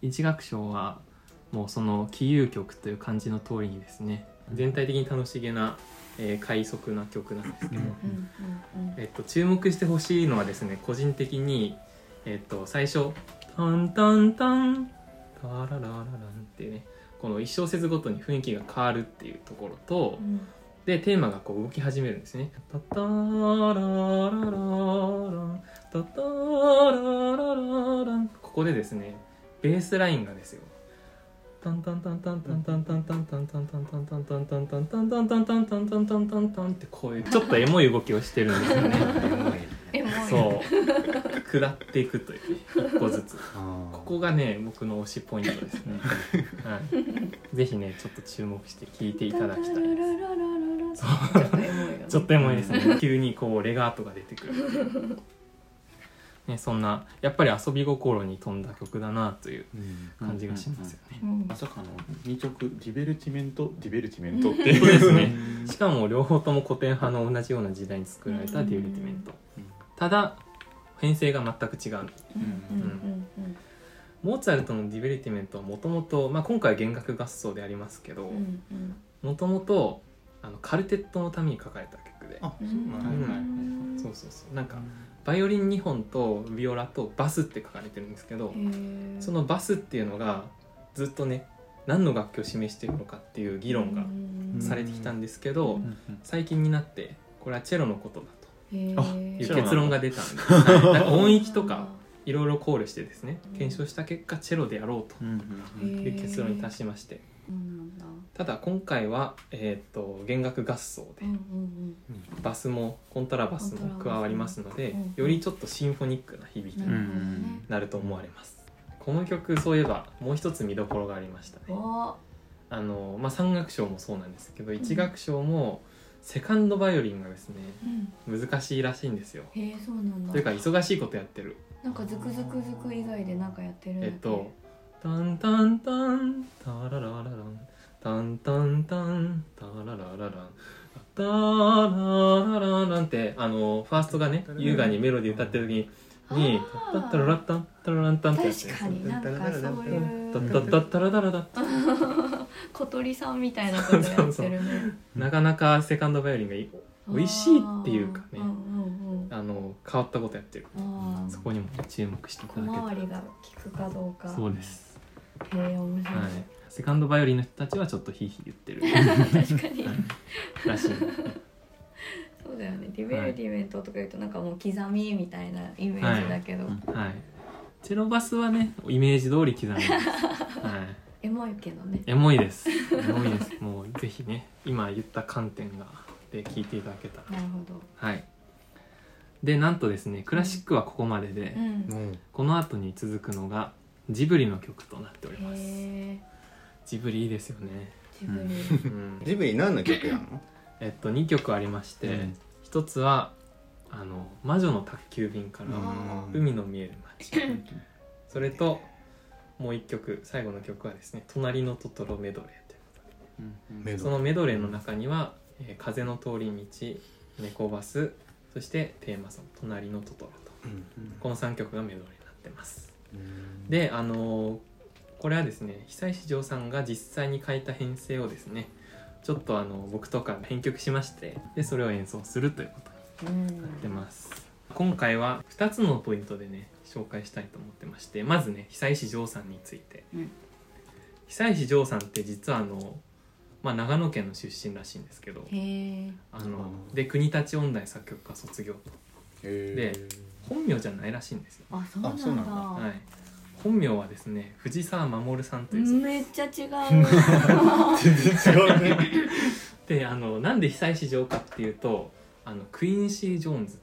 Speaker 1: 一楽章はもうその「起遊曲」という漢字の通りにですね全体的に楽しげな、えー快速な曲なんですけど、
Speaker 4: うんうんうん
Speaker 1: えっと、注目してほしいのはですね個人的に、えっと、最初「タンタンタンタララララン」っていうねこの1小節ごとに雰囲気が変わるっていうところと
Speaker 4: う、ん
Speaker 1: でテーマがこう動き始めるんですね。タタラララランタタラララランここでですねベースラインがですよ。タンタンタンタンタンタンタンタンタンタンタンタンタンタンタンタンタンタンタンタンタンタンタンタンタンってこういうちょっとエモい動きをしてるんですよね。
Speaker 4: えもう
Speaker 1: そう下っていくというね一個ずつこ
Speaker 2: こ
Speaker 1: こがね僕の推しポイントですね、はい、ぜひねちょっと注目して聞いていただきたいです
Speaker 4: ちょっとエモいよね
Speaker 1: ちょっとエモいですね急にこうレガートが出てくる、ね、そんなやっぱり遊び心に富んだ曲だなという感じがしますよね、
Speaker 4: うん
Speaker 2: まさかの2曲ディベルティメントディベルティメントって
Speaker 1: そう
Speaker 2: いう
Speaker 1: ですねしかも両方とも古典派の同じような時代に作られたデュエルティメント
Speaker 2: うん
Speaker 1: ただ編成が全く違う
Speaker 4: うんうんうん
Speaker 1: モーツァルトのディベルティメントはもともと今回は弦楽合奏でありますけど
Speaker 4: うんうんうん
Speaker 1: もともとカルテットのために書かれた曲で
Speaker 3: あ
Speaker 4: う
Speaker 3: そうんなんだ
Speaker 1: はいはいそうそうそうなんかバイオリン2本とビオラとバスって書かれてるんですけど
Speaker 4: へえ
Speaker 1: そのバスっていうのがずっとね何の楽器を示しているのかっていう議論が
Speaker 4: うん
Speaker 1: されてきたんですけど、
Speaker 4: うん
Speaker 1: 最近になってこれはチェロのことだ
Speaker 4: へえ
Speaker 2: あ
Speaker 1: という
Speaker 2: チェロなの
Speaker 1: 結論が出たんで、はいなんか音域とかいろいろ考慮してですね検証した結果チェロでやろう
Speaker 2: うんうん
Speaker 1: という結論に達しまして
Speaker 4: そうなんだ
Speaker 1: ただ今回は、えー、と弦楽合奏
Speaker 4: う
Speaker 1: で
Speaker 4: んうん
Speaker 1: バスもコントラバス
Speaker 4: コントラ
Speaker 1: も
Speaker 4: バス
Speaker 1: 加わりますので
Speaker 4: うん
Speaker 1: よりちょっとシンフォニックな響き
Speaker 4: うん
Speaker 1: に
Speaker 4: なるほどね
Speaker 1: なると思われますこの曲そういえばもう一つ見どころがありましたね
Speaker 4: お
Speaker 1: あの、まあ、三楽章もそうなんですけど一楽章もセカンドバイオリンがですね
Speaker 4: うん
Speaker 1: 難しいらしいんですよ
Speaker 4: へえそうなんだ
Speaker 1: というか忙しいことやってる
Speaker 4: なんかズクズクズク以外でなんかやってるんだ
Speaker 1: え
Speaker 4: け
Speaker 1: っと「タンタンタンタラララランタンタンタンタラララランタララララン」ってあのファーストがね優雅にメロディー歌ってる時に「に
Speaker 4: あ
Speaker 1: タ
Speaker 4: ー
Speaker 1: ッタララッタンタラランタン」ってやつ
Speaker 4: 確かになんかそうい
Speaker 1: タッ
Speaker 4: う
Speaker 1: タッタッタラダラダッタ
Speaker 4: 小鳥さんみたいなことやってるね
Speaker 1: なかなかセカンドバイオリンがいい美味しいっていうかね
Speaker 4: あーうんうんうん
Speaker 1: あの変わったことやってる
Speaker 4: あー
Speaker 1: そこにも注目していた
Speaker 4: 小
Speaker 1: だけ
Speaker 4: 回りが効くかどうか
Speaker 1: たそう
Speaker 4: へ
Speaker 1: です、
Speaker 4: え面白い、
Speaker 1: はい、セカンドバイオリンの人たちはちょっとヒーヒー言ってる
Speaker 4: (laughs) 確かに
Speaker 1: らしい
Speaker 4: そうだよねディベルディメントとか言うとなんかもう刻みみたいなイメージだけど、
Speaker 2: はい
Speaker 1: はいチェロバスはねイメージ通り刻んでます、はい、
Speaker 4: エモいけどね
Speaker 1: エモいですエモいですもうぜひね今言った観点がで聞いていただけたら
Speaker 4: なるほど
Speaker 1: はいでなんとですねクラシックはここまでで、
Speaker 4: うん
Speaker 3: うん
Speaker 1: この後に続くのがジブリの曲となっております
Speaker 4: へえ
Speaker 1: ジブリいいですよね、
Speaker 4: ジブリ
Speaker 1: うん
Speaker 3: ジブリ何の曲やの
Speaker 1: えっと2曲ありまして、
Speaker 2: うん
Speaker 1: 一つはあの「魔女の宅急便」から
Speaker 4: うん
Speaker 1: 「海の見える街」それともう一曲最後の曲はですね「隣のトトロメドレー」ということで
Speaker 3: メ
Speaker 1: そのメドレーの中には「えー風の通り道」「猫バス」そしてテーマソング「隣のトトロ」と
Speaker 3: うん
Speaker 1: この3曲がメドレーになってますであのーこれはですね久石譲さんが実際に書いた編成をですねちょっとあの僕とか編曲しましてでそれを演奏するということ
Speaker 4: う
Speaker 1: に
Speaker 4: ん
Speaker 1: なってます今回は2つのポイントでね紹介したいと思ってましてまずね久石譲さんについて、
Speaker 4: うん
Speaker 1: 久石譲さんって実はあの、まあ、長野県の出身らしいんですけど
Speaker 4: へえ
Speaker 1: あので国立音大作曲科卒業と
Speaker 2: で
Speaker 1: 本名じゃないらしいんですよ
Speaker 4: あそうなん
Speaker 3: あ
Speaker 4: だ
Speaker 3: そうなんだ
Speaker 1: はい、本名はですね藤沢守さんというそう
Speaker 4: めっちゃ違う
Speaker 3: 全然違うね
Speaker 1: であのなんで被災市場かっていうとあのクイーンシー・ジョーンズ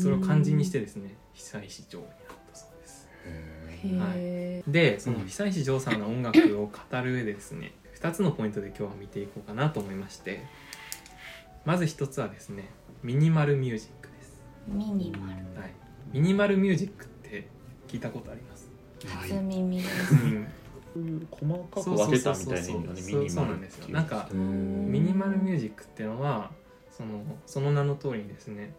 Speaker 1: それを漢字にしてですね被災市場になったそうです
Speaker 4: へ
Speaker 1: でその被災市場さんの音楽を語る上でですね2つのポイントで今日は見ていこうかなと思いましてまず1つはですねミニマルミュージックです、
Speaker 4: ーミニマル
Speaker 1: はい、ミニマルミュージックって聞いたことあります、
Speaker 4: 初耳です
Speaker 1: うん
Speaker 2: 細かく分けたみたいな意味だねミニ
Speaker 1: そ
Speaker 2: マ
Speaker 1: うな
Speaker 2: ル
Speaker 1: ん
Speaker 2: っ
Speaker 1: です
Speaker 2: て
Speaker 1: よ
Speaker 2: いう
Speaker 1: なんか
Speaker 4: うん
Speaker 1: ミニマルミュージックっていうのはそのその名の通りにですね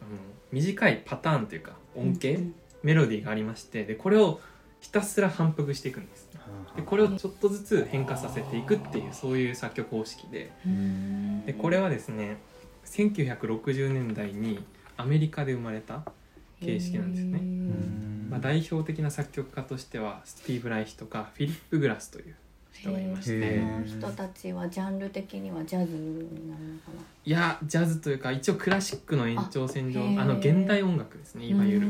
Speaker 1: あの短いパターンというか音形、
Speaker 4: うん
Speaker 1: メロディーがありましてでこれをひたすら反復していくんですでこれをちょっとずつ変化させていくっていうそういう作曲方式で
Speaker 4: うん
Speaker 1: でこれはですね1960年代にアメリカで生まれた、形式なんですね
Speaker 4: へー
Speaker 1: まあ、代表的な作曲家としてはスティーブ・ライヒとかフィリップ・グラスという人がいまして
Speaker 3: へえ
Speaker 4: この人たちはジャンル的にはジャズになるのかない
Speaker 1: やジャズというか一応クラシックの延長線上
Speaker 4: あへえ
Speaker 1: あの現代音楽ですねいわゆる。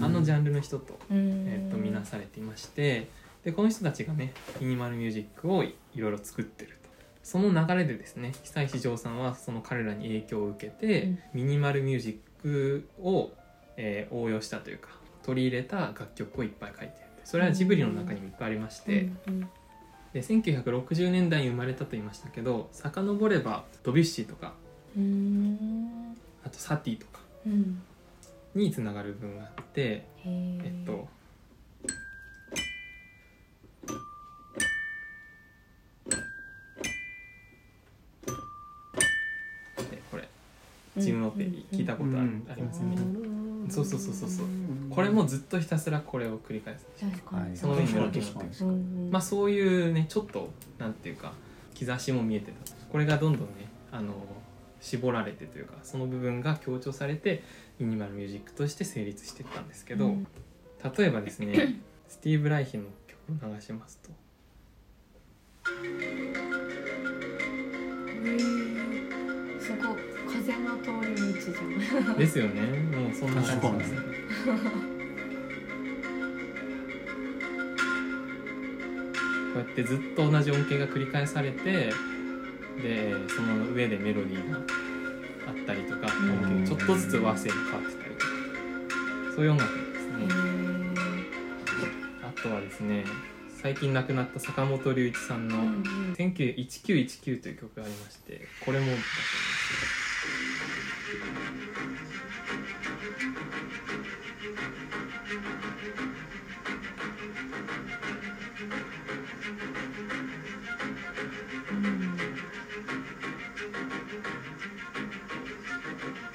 Speaker 1: あのジ
Speaker 3: ゃ
Speaker 1: ャンルの人と,、え
Speaker 4: え
Speaker 1: ー、と見なされていましてでこの人たちがねミニマルミュージックをいいろいろ作ってるとその流れでですね久石譲さんはその彼らに影響を受けて、
Speaker 4: うん
Speaker 1: ミニマルミュージックを、えー応用したというか取り入れた楽曲をいっぱい書いてるそれはジブリの中にもいっぱいありまして、
Speaker 4: うん
Speaker 1: で1960年代に生まれたと言いましたけど遡ればドビュッシーとか
Speaker 4: うん
Speaker 1: あとサティとか
Speaker 4: うんうん
Speaker 1: につながる部分があって
Speaker 4: へー
Speaker 1: えっと。でこれ自分のって聞いたことあるありますよね。そうそうそうそうそう。これもずっとひたすらこれを繰り返す。
Speaker 4: 確かに
Speaker 2: はい
Speaker 1: その上にメロディーが乗ってる。
Speaker 4: うんうん
Speaker 1: まあそういうねちょっとなんていうか兆しも見えてた。これがどんどんねあの絞られてというかその部分が強調されてミニマルミュージックとして成立していったんですけど。
Speaker 4: うん
Speaker 1: 例えばです
Speaker 4: (laughs)
Speaker 1: ねスティーブ・ライヒの曲を流しますと
Speaker 4: へーすごい風の通り道じゃん
Speaker 1: ですよねもうそんな感じですよねこうやってずっと同じ音形が繰り返されてでその上でメロディーがあったりとか
Speaker 4: うん
Speaker 1: 音形がちょっとずつ和声が変わってたりとかそういう音楽ですねあとはですね最近亡くなった坂本龍一さん
Speaker 4: う
Speaker 1: の
Speaker 4: ん
Speaker 1: 「191919」という曲がありましてこれもだと思います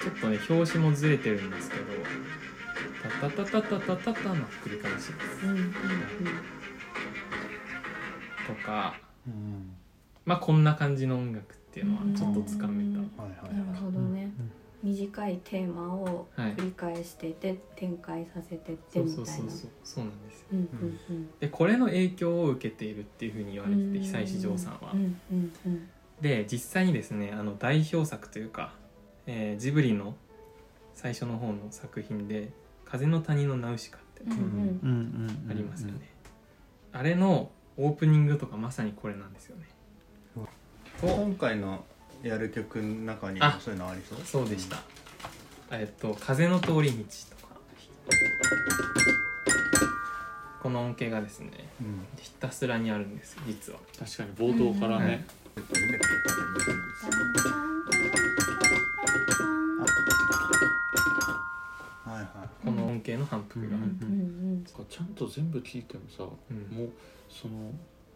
Speaker 1: ちょっとね表紙もずれてるんですけど「タタタタタタタタ」の繰り返しです
Speaker 4: うんうん
Speaker 1: とかまあこんな感じの音楽っていうのはちょっとつかめた、
Speaker 2: はいは
Speaker 4: うんなるほどね短いテーマを
Speaker 1: はい
Speaker 4: 繰り返してて展開させてっ
Speaker 1: そ
Speaker 4: て
Speaker 1: う
Speaker 4: み
Speaker 1: そう
Speaker 4: た
Speaker 1: そ
Speaker 4: いうな
Speaker 1: そうそうなんですよ
Speaker 4: うんうんうん
Speaker 1: でこれの影響を受けているっていうふうに言われてて久石譲さんは、
Speaker 4: うんうんうん
Speaker 1: で実際にですねあの代表作というか、えージブリの最初の方の作品で「風の谷のナウシカ」って
Speaker 4: うんうん
Speaker 1: ありますよね、あれのオープニングとかまさにこれなんですよね
Speaker 3: 今回のやる曲の中に
Speaker 1: あ
Speaker 3: もそういうのありそう
Speaker 1: そうでした、えっと「風の通り道」とかこの恩恵がですね
Speaker 3: うん
Speaker 1: ひたすらにあるんです実は
Speaker 2: 確かに冒頭からね、
Speaker 3: はいは
Speaker 1: この恩恵の反復がある、
Speaker 2: うんなんかちゃんと全部聞いてもさ、
Speaker 1: うん
Speaker 2: もうその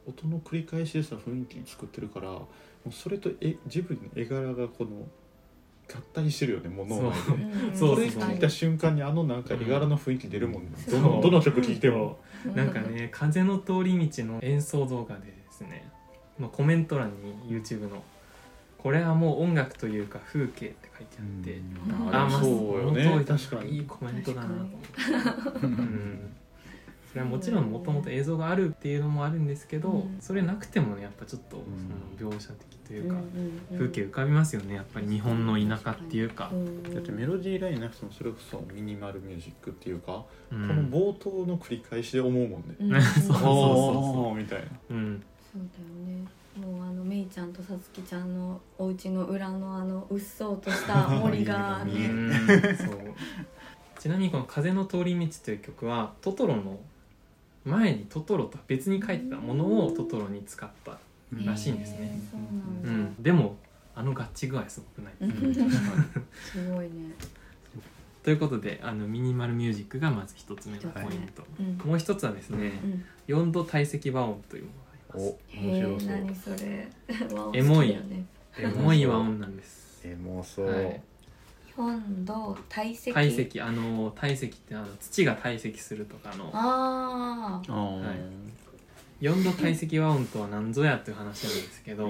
Speaker 2: 音の繰り返しでさ雰囲気作ってるからもうそれとえ自分の絵柄がこの合体してるよねもう脳内で
Speaker 1: そうそ
Speaker 2: こ
Speaker 1: う
Speaker 2: れ
Speaker 1: そうそう
Speaker 2: 聞いた瞬間にあのなんか絵柄の雰囲気出るもんね、
Speaker 4: うん
Speaker 2: ど
Speaker 1: そう
Speaker 2: のどの曲聴いても、
Speaker 1: なんかね「風の通り道」の演奏動画でですね、まあ、コメント欄に YouTube の「これはもう音楽というか風景」って書いてあって、
Speaker 4: うん
Speaker 1: あ
Speaker 2: あ
Speaker 1: あまあ
Speaker 2: そうよ
Speaker 1: その
Speaker 2: ね
Speaker 1: 通りだ
Speaker 2: 確か
Speaker 1: いい
Speaker 2: に
Speaker 1: コメントだなと思って。
Speaker 3: い
Speaker 1: うんそれはもちろんもともと映像があるっていうのもあるんですけど、
Speaker 4: うん
Speaker 1: それなくてもねやっぱちょっと
Speaker 2: ん
Speaker 1: その描写的というか、風景浮かびますよねやっぱり日本の田舎っていうか、
Speaker 2: だってメロディーラインなくてもそれこそミニマルミュージックっていうか、
Speaker 1: うん
Speaker 2: この冒頭の繰り返しで思うもんね、
Speaker 1: ん (laughs) そうそう
Speaker 2: お
Speaker 1: そ
Speaker 2: ーみたいな
Speaker 1: うん
Speaker 4: そうだよねもうあのめいちゃんとさつきちゃんのお家の裏のあのうっそう
Speaker 1: (laughs)
Speaker 4: とした森が
Speaker 1: う
Speaker 3: いい
Speaker 4: ね
Speaker 1: んそうちなみにこの「風の通り道」という曲はトトロの前にトトロとは別に書いてたものをトトロに使った、
Speaker 3: い
Speaker 1: らしいんですね
Speaker 4: えーそう
Speaker 1: う
Speaker 4: なんだ
Speaker 1: ん、でもあの合致具合すごくない、
Speaker 4: うん
Speaker 2: 確かに
Speaker 4: すごいね
Speaker 1: ということであのミニマルミュージックがまず一つ目のポイント、
Speaker 4: うん
Speaker 1: もう一つはですね、
Speaker 4: うん
Speaker 1: 4度体積和音というものがあります
Speaker 3: お
Speaker 4: へ
Speaker 3: 面白
Speaker 4: え
Speaker 3: そう
Speaker 4: 何それ和音好き
Speaker 1: エモい
Speaker 4: だね
Speaker 1: エモい和音なんです
Speaker 3: エモそう、
Speaker 1: はい
Speaker 4: 本土体積
Speaker 1: 体積あの体積ってあの土が体積するとかの
Speaker 4: ああ
Speaker 2: あー
Speaker 1: はい4度体積和音とは何ぞやっていう話なんですけど、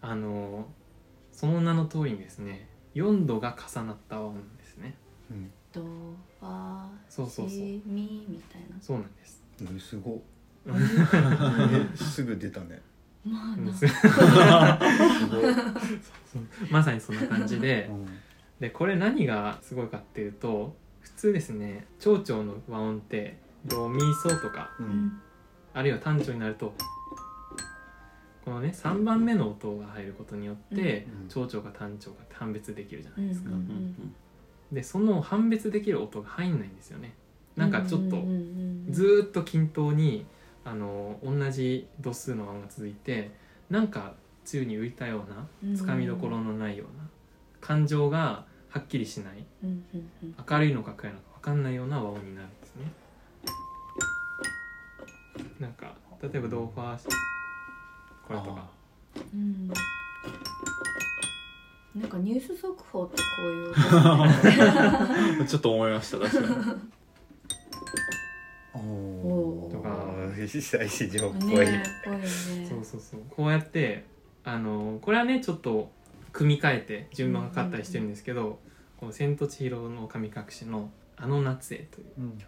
Speaker 1: あのその名の通りにですね4度が重なった和音なんですね
Speaker 3: うん
Speaker 4: ドバ
Speaker 1: そうそうそう
Speaker 4: シミみたいな
Speaker 1: そうなんです
Speaker 3: うんすごっ
Speaker 4: ま
Speaker 3: えすぐ出たね
Speaker 1: (laughs)
Speaker 4: あな
Speaker 3: すごい、
Speaker 1: まさにそんな感じで
Speaker 3: うん
Speaker 1: でこれ何がすごいかっていうと普通ですね長調の和音ってドミソとか
Speaker 3: うん
Speaker 1: あるいは単調になるとこのね3番目の音が入ることによって
Speaker 3: うん
Speaker 1: 長調か単調かって判別できるじゃ
Speaker 4: う
Speaker 1: ない
Speaker 4: んう
Speaker 1: ですか、
Speaker 2: うんん
Speaker 1: でその判別できる音が入んないんですよねなんかちょっと
Speaker 4: うんうんうん
Speaker 1: ずーっと均等にあの同じ度数の和音が続いてなんか宙に浮いたよう
Speaker 4: うん
Speaker 1: なつかみどころのないような感情がはっきりしない
Speaker 4: うんうんうん
Speaker 1: 明るいのか暗いのか分かんないような和音になるんですねなんか例えばドーファーこれとか
Speaker 4: うんなんかニュース速報ってこういう音だよね
Speaker 2: うん (laughs) ちょっと思いました確かに
Speaker 3: お
Speaker 1: とか
Speaker 3: ー久石城っぽい、
Speaker 4: ねえぽいよね
Speaker 1: そうそうそうこうやってあのこれはねちょっと組み替えて順番が変わったりしてるんですけど、この「千と千尋の神隠し」の「あの夏へ」という
Speaker 3: うん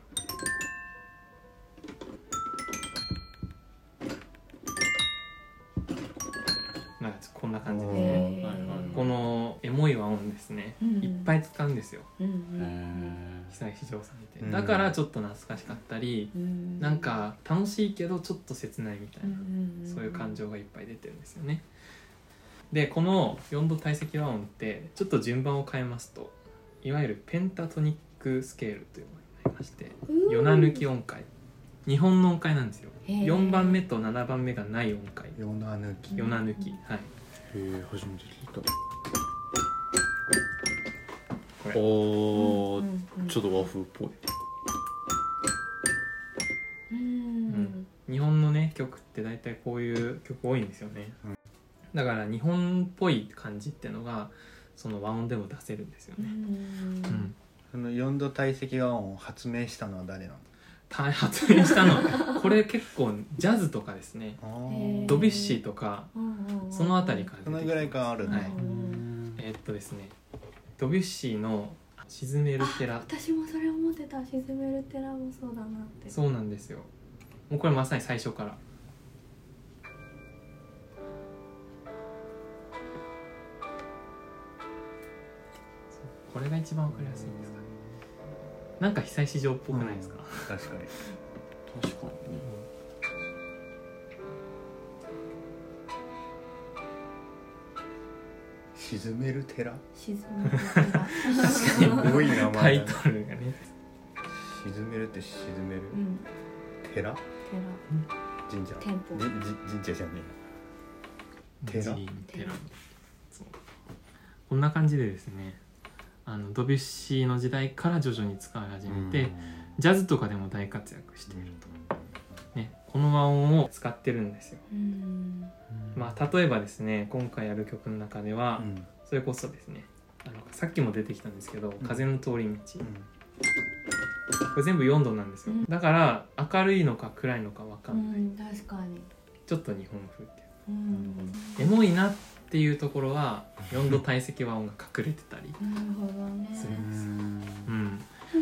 Speaker 1: なんかちょっとこんな感じで
Speaker 3: お
Speaker 1: す
Speaker 3: ー
Speaker 1: ね
Speaker 4: へえ
Speaker 2: はいはい
Speaker 1: このエモい和音ですね、
Speaker 4: うん
Speaker 1: いっぱい使うんですよ
Speaker 4: うん
Speaker 1: 久石譲さんって、
Speaker 3: うん
Speaker 1: だからちょっと懐かしかったり
Speaker 4: うんうん
Speaker 1: なんか楽しいけどちょっと切ないみたいな、
Speaker 4: んん
Speaker 1: そういう感情がいっぱい出てるんですよね。でこの4度体積和音ってちょっと順番を変えますといわゆるペンタトニックスケールというものになりまして
Speaker 4: うん
Speaker 1: 夜な抜き音階日本の音階なんですよ
Speaker 4: へー
Speaker 1: 4番目と7番目がない音階
Speaker 3: 夜な抜き
Speaker 1: 夜な抜き
Speaker 4: うん
Speaker 1: はい
Speaker 2: へえ初めて聞い
Speaker 1: こ
Speaker 2: た
Speaker 1: れ
Speaker 2: おー、
Speaker 4: うんうん
Speaker 2: ちょっと和風っぽい
Speaker 4: うん
Speaker 1: ん日本のね曲って大体こういう曲多いんですよね、だから日本っぽい感じってのがその和音でも出せるんですよ
Speaker 4: う
Speaker 1: ね、
Speaker 4: ん
Speaker 1: うん、
Speaker 3: その4度体積和音を発明したのは誰なの
Speaker 1: た発明したのこれ結構ジャズとかですね
Speaker 3: あ
Speaker 4: へ
Speaker 3: ー
Speaker 1: ドビュッシーとか
Speaker 4: うんうんうん
Speaker 1: そのあたりから
Speaker 3: そのぐらいからあるね、
Speaker 1: はいえーっとですねドビュッシーの「沈める
Speaker 4: あ
Speaker 1: 寺
Speaker 4: 私もそれ思ってた沈める寺もそうだなって」
Speaker 1: そうなんですよもうこれまさに最初からそうこれが一番わかりやすいんですかねなんか久石城っぽくないですか、
Speaker 3: 確かに
Speaker 2: 確かにね
Speaker 3: 沈める寺
Speaker 4: 沈
Speaker 1: (laughs)
Speaker 4: む寺
Speaker 1: 確か
Speaker 3: す (laughs) ごい名
Speaker 1: タ
Speaker 3: 前
Speaker 1: イ
Speaker 3: だな
Speaker 1: トルがね
Speaker 3: 沈めるって沈める
Speaker 4: うん
Speaker 3: 寺神社
Speaker 4: 店舗
Speaker 3: じじ神社じゃね寺
Speaker 1: 寺そうこんな感じでですねあのドビュッシーの時代から徐々に使い始めて、ジャズとかでも大活躍していると、ね、この和音を使ってるんですよ、
Speaker 4: 寺うん
Speaker 1: まあ、例えばですね今回やる曲の中では、
Speaker 3: うん
Speaker 1: それこそですねあのさっきも出てきたんですけど「風の通り道」これ全部4度なんですよ、
Speaker 4: うん
Speaker 1: だから明るいのか暗いのか分か
Speaker 4: うん
Speaker 1: ない、
Speaker 4: ん確かに
Speaker 1: ちょっと日本風っていう
Speaker 4: うん
Speaker 1: エモいなっていうところは4度体積和音が隠れてたり、
Speaker 4: なるほどね
Speaker 1: そうううん、
Speaker 4: なん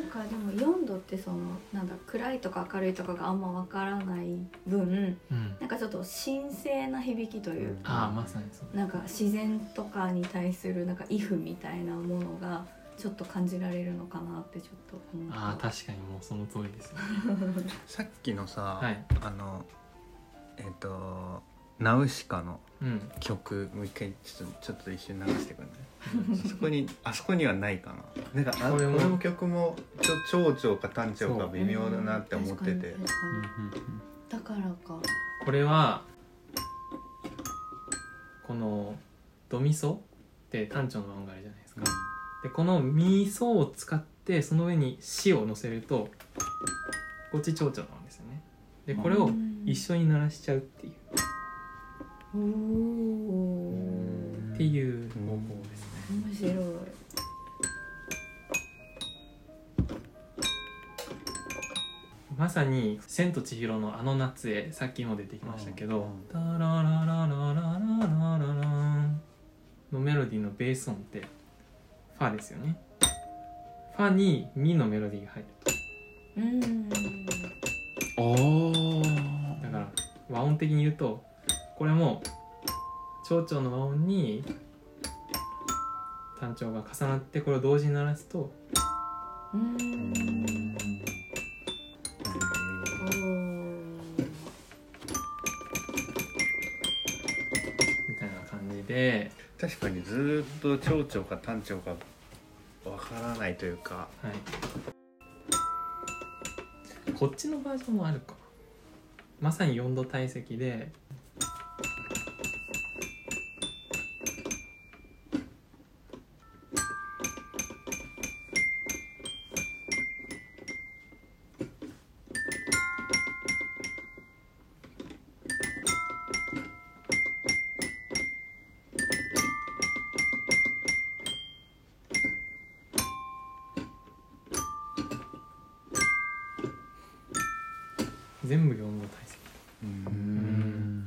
Speaker 4: かでも4度ってそのなんだ暗いとか明るいとかがあんまわからない分
Speaker 1: うん、
Speaker 4: なんかちょっと神聖な響きというか、
Speaker 1: ああまさにそう
Speaker 4: なんか自然とかに対するなんか「イフ」みたいなものがちょっと感じられるのかなってちょっと思った
Speaker 1: ああ確かにもうその通りですね
Speaker 3: さっきのさ、
Speaker 1: はい
Speaker 3: あのえっ、とナウシカの
Speaker 1: うん
Speaker 3: 曲もう一回ちょっとちょっと一瞬流してくれない (laughs) あそこにあそこにはないかななんかあ
Speaker 1: こ
Speaker 3: こ
Speaker 1: れ
Speaker 3: れ
Speaker 1: も
Speaker 3: の曲もちょ長調か短調か微妙だなって思ってて
Speaker 4: うん確かに確かにだからか
Speaker 1: これはこのドミソって単調の和音があるじゃないですか、でこのミソを使ってその上にシを乗せるとこっち蝶々なんですよねでこれを一緒に鳴らしちゃうっていう、
Speaker 4: おお
Speaker 1: っていう方法ですね、
Speaker 4: 面白い
Speaker 1: まさに「千と千尋のあの夏へ」さっきも出てきましたけど
Speaker 3: うん
Speaker 1: 「タラララララララララン」のメロディーのベース音ってファですよねファにミのメロディーが入る
Speaker 4: うん
Speaker 1: だから和音的に言うとこれも長調の和音に単調が重なってこれを同時に鳴らすと
Speaker 4: うんおー
Speaker 1: みたいな感じで、
Speaker 3: 確かにずーっと長調か短調かわからないというか
Speaker 1: はい、こっちのバージョンもあるかまさに4度体積で全部4度体積
Speaker 2: うん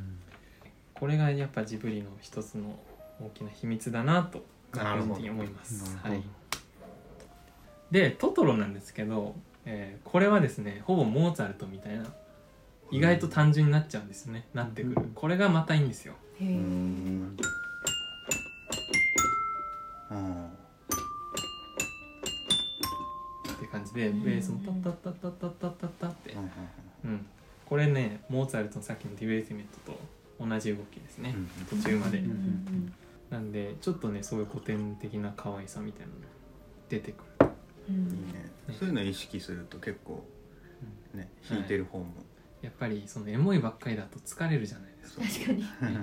Speaker 1: これがやっぱジブリの一つの大きな秘密だなと
Speaker 3: なる
Speaker 1: 個
Speaker 3: ほ
Speaker 1: 人
Speaker 3: ど
Speaker 1: 的に思います
Speaker 3: なる。
Speaker 1: は
Speaker 3: ほど
Speaker 1: い、で「トトロ」なんですけど、えーこれはですねほぼモーツァルトみたいな意外と単純になっちゃうんですよね、なってくる
Speaker 2: うん
Speaker 1: これがまたいいんですよ。
Speaker 4: へ
Speaker 3: う
Speaker 4: え
Speaker 3: んうん
Speaker 1: って感じで
Speaker 4: うん
Speaker 1: ベースもタッタッタッタッタッタッタッタッって
Speaker 3: う、ん
Speaker 1: うん、これねモーツァルトのさっきの「デュエルティメット」と同じ動きですね、途中まで。
Speaker 4: うん
Speaker 1: なんでちょっとねそういう古典的な可愛さみたいなのが出てくる。
Speaker 4: うんう
Speaker 3: いい
Speaker 4: ん
Speaker 3: ねそういうの意識すると結構ね弾いてる方も、
Speaker 1: やっぱりそのエモいばっかりだと疲れるじゃないですか。
Speaker 3: そう
Speaker 4: 確かに
Speaker 1: に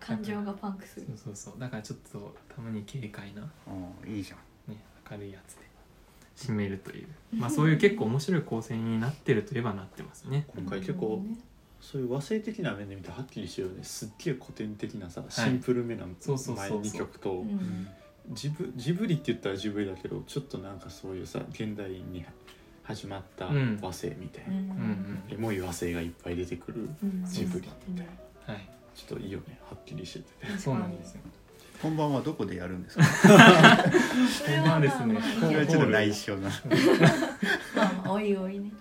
Speaker 4: 感情がパンクする
Speaker 1: そうそうそうだからちょっとたまに軽快な、
Speaker 3: うんいいじゃん
Speaker 1: ね、明るいやつで締めるという、まあ、そういう結構面白い構成になってるといえばなってますね。
Speaker 2: 今回結構そういう和製的な面で見てはっきりしてるよねすっげえ古典的なさシンプルめな
Speaker 1: そうそうそう
Speaker 2: 前2曲と
Speaker 4: うん
Speaker 2: ジブジブリって言ったらジブリだけどちょっとなんかそういうさ現代に始まった
Speaker 1: うん
Speaker 2: 和製みたいうな、
Speaker 1: うんん
Speaker 2: エモい和製がいっぱい出てくる
Speaker 4: うん
Speaker 2: ジブリみたいな
Speaker 1: うんはい
Speaker 2: ちょっといいよねはっきりしてて
Speaker 4: 確かに
Speaker 1: そうなんですよ。
Speaker 3: 本番はどこでやるんです (laughs) か
Speaker 4: そ
Speaker 1: これ
Speaker 4: れ
Speaker 1: は
Speaker 4: は
Speaker 1: ですね
Speaker 4: まあまあ
Speaker 1: こ
Speaker 3: こ
Speaker 1: れ
Speaker 3: れ
Speaker 1: は
Speaker 3: は
Speaker 1: ちょっ
Speaker 3: ちょっ
Speaker 1: と
Speaker 3: と
Speaker 1: 内
Speaker 3: 内緒な
Speaker 4: まあまあおいお (laughs) いね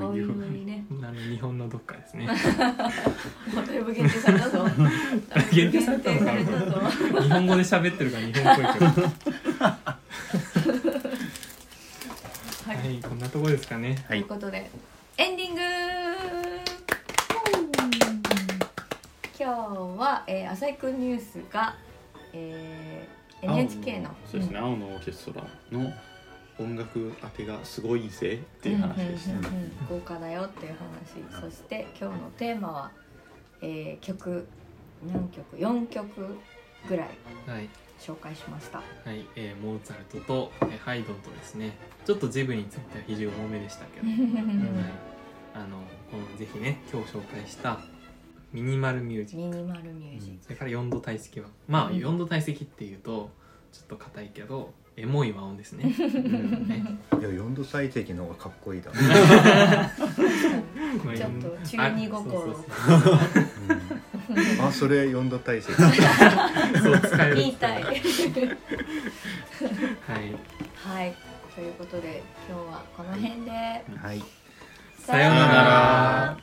Speaker 4: おいおいね
Speaker 1: あの日本のどっかですね。
Speaker 4: まあだいぶ限定されたぞだいぶ
Speaker 1: 限定されたのか
Speaker 4: 限定されたぞ
Speaker 1: 日本語で喋ってるから日本っぽいけど。
Speaker 4: はい
Speaker 1: はい、こんなところですかね。
Speaker 4: ということでエンディング今日は、えー、浅井くんニュースが、えー NHK の
Speaker 2: そうですね、青のオーケストラの音楽当てがすごいぜっていう話でした、
Speaker 4: うんうんうんうん豪華だよっていう話そして今日のテーマは、えー曲何曲4曲ぐらい
Speaker 1: はい
Speaker 4: 紹介しました
Speaker 1: はいえーモーツァルトと、えーハイドンとですねちょっとジブリについては比重重めでしたけど、はい、あのこのぜひね今日紹介したミニマルミュージック
Speaker 4: ミニマルミュージ
Speaker 1: それから4度体積はまあ
Speaker 4: うん
Speaker 1: 4度体積っていうとちょっと硬いけどエモい和音です
Speaker 4: (laughs)
Speaker 1: ね
Speaker 2: うん
Speaker 1: ね
Speaker 3: いや4度採石の方がかっこいいだ、
Speaker 1: まあ
Speaker 4: ちょっと中二
Speaker 1: あそ
Speaker 4: 心
Speaker 1: うそう
Speaker 3: うんあそれ4度体 (laughs) 積
Speaker 1: そうそう使え
Speaker 4: ク
Speaker 1: る
Speaker 4: 言いたい
Speaker 1: はい
Speaker 4: はいということで今日はこの辺で
Speaker 3: はい
Speaker 1: さようなら